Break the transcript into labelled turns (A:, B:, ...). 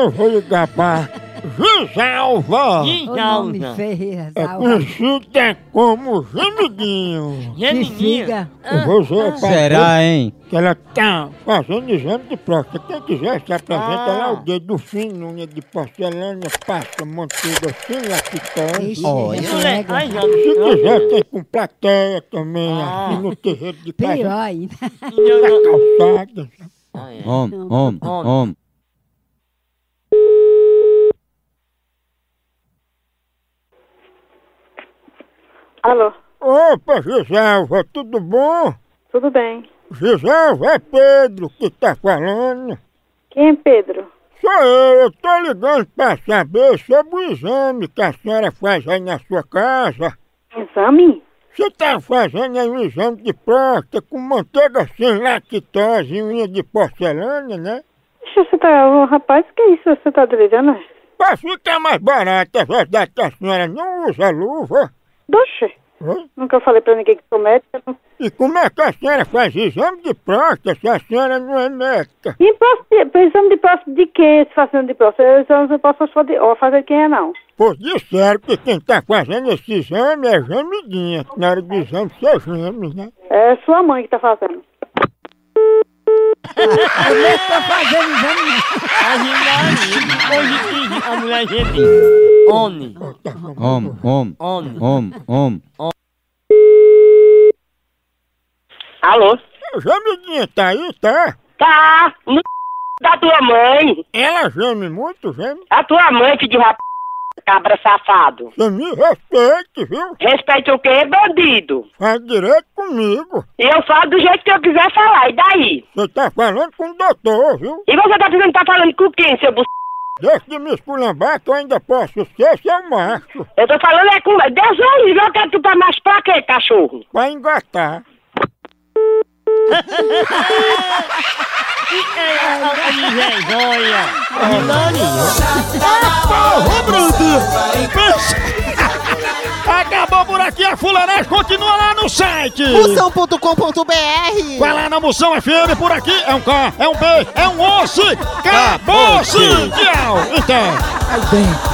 A: Eu vou ligar pra Gisalva.
B: O nome
C: Gisalva.
B: Ferreira
A: É
B: Zalva.
A: conhecida como Gemidinho.
C: Gemidinha.
A: Eu vou zoar
C: ah.
A: pra
D: Será, hein?
A: Que ela tá fazendo exame de próstata. Quem quiser se apresenta
C: Ah.
A: lá, o dedo fino, unha de porcelana, pasta, manteiga, filactose.
B: Ixi,
D: Olha.
B: essa
C: Isso, né?
B: nega.
C: Ai,
A: tá. Se quiser,
C: ó.
A: tem com plateia também,
C: Ah.
A: aqui no terreiro de
B: Pior
A: casa,
B: ainda.
C: Não,
A: na calçada.
C: não. Ai, é.
D: Om, om, om.
E: Alô,
A: Opa, Giselva, tudo bom?
E: tudo bem?
A: Giselva, é Pedro que tá falando.
E: Quem é Pedro?
A: Sou eu, eu tô ligando pra saber sobre o exame que a senhora faz aí na sua casa.
E: Exame?
A: Você tá fazendo aí um exame de próstata com manteiga sem lactose e unha de porcelana, né?
E: Ixi, você tá. ô, Rapaz, que isso? Você tá delirando?
A: Pra ficar mais barato, é verdade que a senhora não usa luva.
E: Doxe,
A: Hã?
E: nunca falei pra ninguém que sou médica. não.
A: E como é que a senhora faz exame de próstata se a senhora não é médica?
E: E próstata, pra exame de próstata de quê? Se fazendo de próstata? Exame de próstata só de. Ó, fazer quem é não.
A: Pois disseram que quem tá fazendo esse exame é gemidinha. que Na hora do exame você geme, né?
E: É sua mãe que tá fazendo.
B: Eu nem tô fazendo exame, não.
C: Ai, não. Hoje diz a mulher gemida. Oni,
A: Ó, tá bom.
D: Om, om,
C: oni.
D: om, om.
F: Alô?
A: Gemidinha tá aí, tá?
F: Tá, no da tua mãe.
A: Ela geme É, muito, geme.
F: A tua mãe, filho de rap... cabra safado.
A: Você me respeite, viu?
F: Respeita o quê, bandido?
A: Faz direito comigo.
F: E eu falo do jeito que eu quiser falar, e daí?
A: Você tá falando com o doutor, viu?
F: E você tá dizendo que tá falando com quem, seu bu...
A: Deixa de me esculambar que eu ainda posso ser seu macho.
F: Eu tô falando é com... Deus é livre, eu quero que tu tá mais pra quê, cachorro?
A: Vai engatar.
G: Acabou por aqui a fulanés, continua lá no site.
H: Moção.com.br
G: Vai lá na Moção FM, por aqui é um K, é um B, é um osso. Acabou-se! Tchau! Então...
H: Ai, bem.